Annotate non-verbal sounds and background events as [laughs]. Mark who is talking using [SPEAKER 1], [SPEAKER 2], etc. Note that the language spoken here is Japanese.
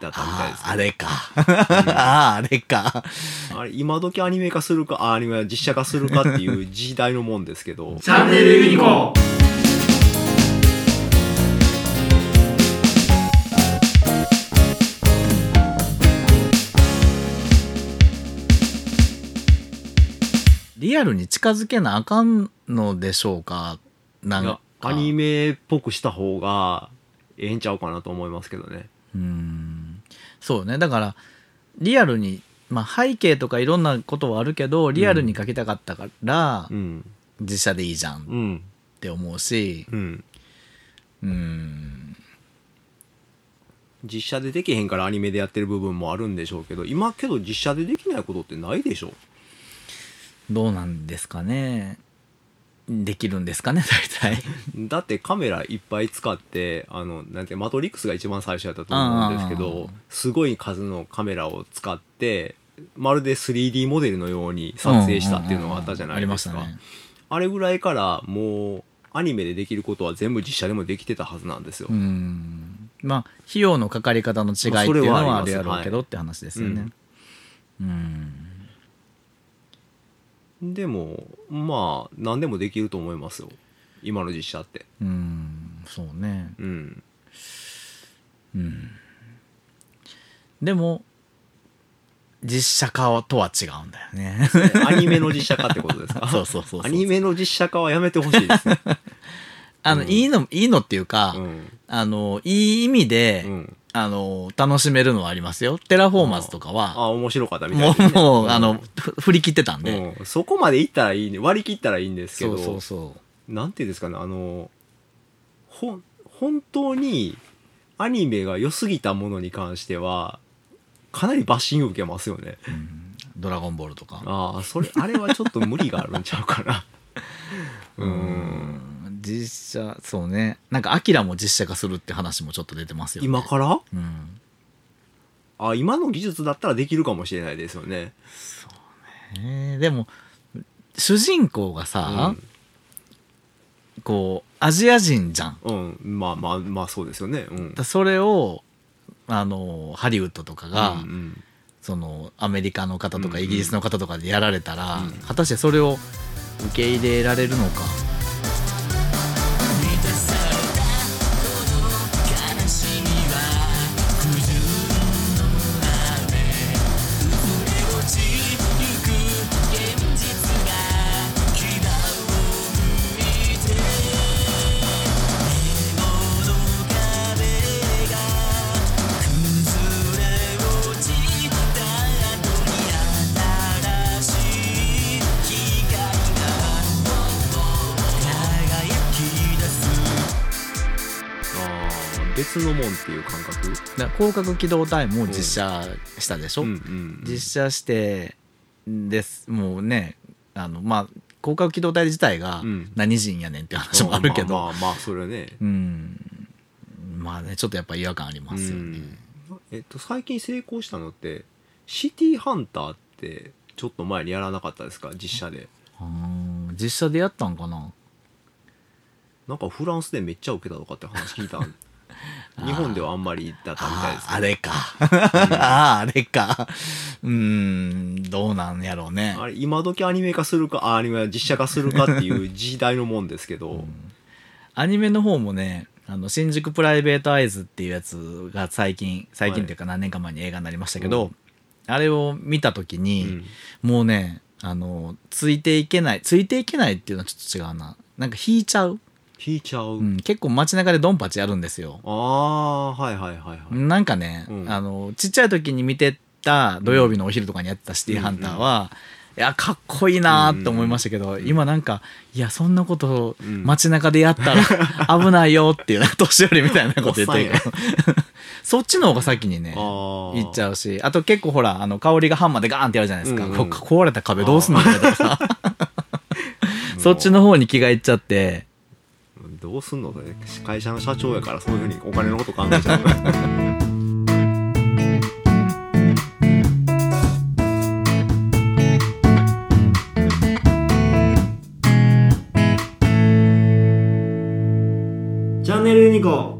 [SPEAKER 1] だったみたい
[SPEAKER 2] あ
[SPEAKER 1] です
[SPEAKER 2] あ、あれか。
[SPEAKER 1] [laughs]
[SPEAKER 2] ああ、あれか。
[SPEAKER 1] あれ、今時アニメ化するか、あアニメは実写化するかっていう時代のもんですけ
[SPEAKER 2] [laughs]
[SPEAKER 1] ど、
[SPEAKER 3] チャンネルユニコーン
[SPEAKER 2] リアルに近づけなあかんのでしょうか。なん
[SPEAKER 1] いや
[SPEAKER 2] か。
[SPEAKER 1] アニメっぽくした方が、ええんちゃうかなと思いますけどね。
[SPEAKER 2] うんそうねだからリアルに、まあ、背景とかいろんなことはあるけどリアルに描きたかったから、
[SPEAKER 1] うん。
[SPEAKER 2] 自社でいいじゃんっ
[SPEAKER 1] うん。
[SPEAKER 2] て思うし
[SPEAKER 1] うん。
[SPEAKER 2] うん
[SPEAKER 1] 実写でできへんからアニメでやってる部分もあるんでしょうけど、今けど実写でできないことってないでしょ
[SPEAKER 2] どうなんですかねできるんですかね大体
[SPEAKER 1] だってカメラいっぱい使ってあのなんてマトリックスが一番最初やったと思うんですけ
[SPEAKER 2] うんうんうんう
[SPEAKER 1] ど
[SPEAKER 2] ん
[SPEAKER 1] すごい数のカメラを使ってまるで 3D モデルのように撮影したっていうのがあったじゃないですか、
[SPEAKER 2] うんうんうんありま
[SPEAKER 1] あれぐらいからもうアニメでできることは全部実写でもできてたはずなんですよ、
[SPEAKER 2] したねうんまあ費用のかかり方の違いっていうのはあるやろうけどって話ですよね、うん
[SPEAKER 1] でもまあ何でもできると思いますよ今の実写って
[SPEAKER 2] うんそうね [laughs]
[SPEAKER 1] うん
[SPEAKER 2] うんでも実写化とは違うんだよね
[SPEAKER 1] アニメの実写化ってことですか
[SPEAKER 2] [laughs] そうそうそうそう
[SPEAKER 1] アニメの実写化はやめてほしい
[SPEAKER 2] [laughs]
[SPEAKER 1] ですね、
[SPEAKER 2] あの、
[SPEAKER 1] うん
[SPEAKER 2] いいのいいのっていうか、
[SPEAKER 1] うん
[SPEAKER 2] あのいい意味で、
[SPEAKER 1] うん、
[SPEAKER 2] あの楽しめるのはありますよテラフォーマーズとかは
[SPEAKER 1] あ面白かったみたい
[SPEAKER 2] も
[SPEAKER 1] ですね
[SPEAKER 2] うもう、
[SPEAKER 1] ん
[SPEAKER 2] あのふ振り切ってたんで、
[SPEAKER 1] うん、そこまでいったらいいね割り切ったらいいんですけ
[SPEAKER 2] そ
[SPEAKER 1] ど
[SPEAKER 2] うそうそ
[SPEAKER 1] なんていうんですかねあのほん本当にアニメが良すぎたものに関してはかなりバッシング受けますよね
[SPEAKER 2] う、うんドラゴンボール」とか
[SPEAKER 1] ああそれあれはちょっと無理があるんちゃうか
[SPEAKER 2] [laughs]
[SPEAKER 1] なうーん
[SPEAKER 2] うん実写そうねなんか「アキラも実写化するって話もちょっと出てますよね
[SPEAKER 1] 今から
[SPEAKER 2] うん
[SPEAKER 1] あ今の技術だったらできるかもしれないですよね
[SPEAKER 2] えーでも主人公がさ、こうアジア人じゃん
[SPEAKER 1] うん、うん、まあまあまあそうですよねうん
[SPEAKER 2] だそれをあのハリウッドとかが、
[SPEAKER 1] うんうん
[SPEAKER 2] そのアメリカの方とか
[SPEAKER 1] うんう
[SPEAKER 2] イ
[SPEAKER 1] ん
[SPEAKER 2] ギリスの方とかでやられたら、
[SPEAKER 1] うん
[SPEAKER 2] 果たしてそれを受け入れられるのか。
[SPEAKER 1] ああ別のもんっていう感覚
[SPEAKER 2] だから広角機動隊も実写したでしょ、
[SPEAKER 1] うんうん
[SPEAKER 2] 実写してですもうねあのまあ広角機動隊自体が
[SPEAKER 1] うん
[SPEAKER 2] 何人やねんって話もあるけど、
[SPEAKER 1] まあまあ、まあそれはね
[SPEAKER 2] うんまあねちょっとやっぱ違和感ありますよね、
[SPEAKER 1] うんえっと、最近成功したのってシティハンターってちょっと前にやらなかったですか実写で
[SPEAKER 2] あー実写でやったんかな
[SPEAKER 1] なんかフランスでめっちゃ受けたとかって話聞いた
[SPEAKER 2] [laughs]
[SPEAKER 1] 日本ではあんまりだったみたいです
[SPEAKER 2] あーあ
[SPEAKER 1] け
[SPEAKER 2] れか [laughs] あーあれかうーんどうなんやろうね
[SPEAKER 1] どあれ今時アニメ化するかあアニメは実写化するかっていう [laughs] 時代のもんですけど、
[SPEAKER 2] アニメの方もねあの新宿プライベートアイズっていうやつが最近最近っていうか何年か前に映画になりましたけど、
[SPEAKER 1] う
[SPEAKER 2] あれを見た時
[SPEAKER 1] う
[SPEAKER 2] に、
[SPEAKER 1] ん
[SPEAKER 2] もうねあのついていけないついていけないっていうのはちょっと違うななんか引いちゃう、
[SPEAKER 1] 聞いちゃう、
[SPEAKER 2] うん、結構街中でドンパチやるんですよ
[SPEAKER 1] ああーはいはいはいはい、
[SPEAKER 2] なんかね、
[SPEAKER 1] うん
[SPEAKER 2] あのちっちゃい時に見てた土曜日のお昼とかにやってたシティハンターは、いやかっこいいなーって思いましたけど、今なんかいやそんなこと
[SPEAKER 1] うん
[SPEAKER 2] 街中でやったら
[SPEAKER 1] [laughs]
[SPEAKER 2] 危ないよっていう、年寄りみたいなこと言ってるけど [laughs] そっちの方が先にね
[SPEAKER 1] あー
[SPEAKER 2] 行っちゃうしあと結構ほらあの香りがハンマーでガーンってやるじゃないですか、
[SPEAKER 1] うんうん
[SPEAKER 2] こう壊れた壁どうすんのみたいなさ [laughs] そっちの方に気がいっちゃって。
[SPEAKER 1] どうすんのね会社の社長やからそういうふうにお金のこと考えちゃう
[SPEAKER 3] チャンネルユニコーン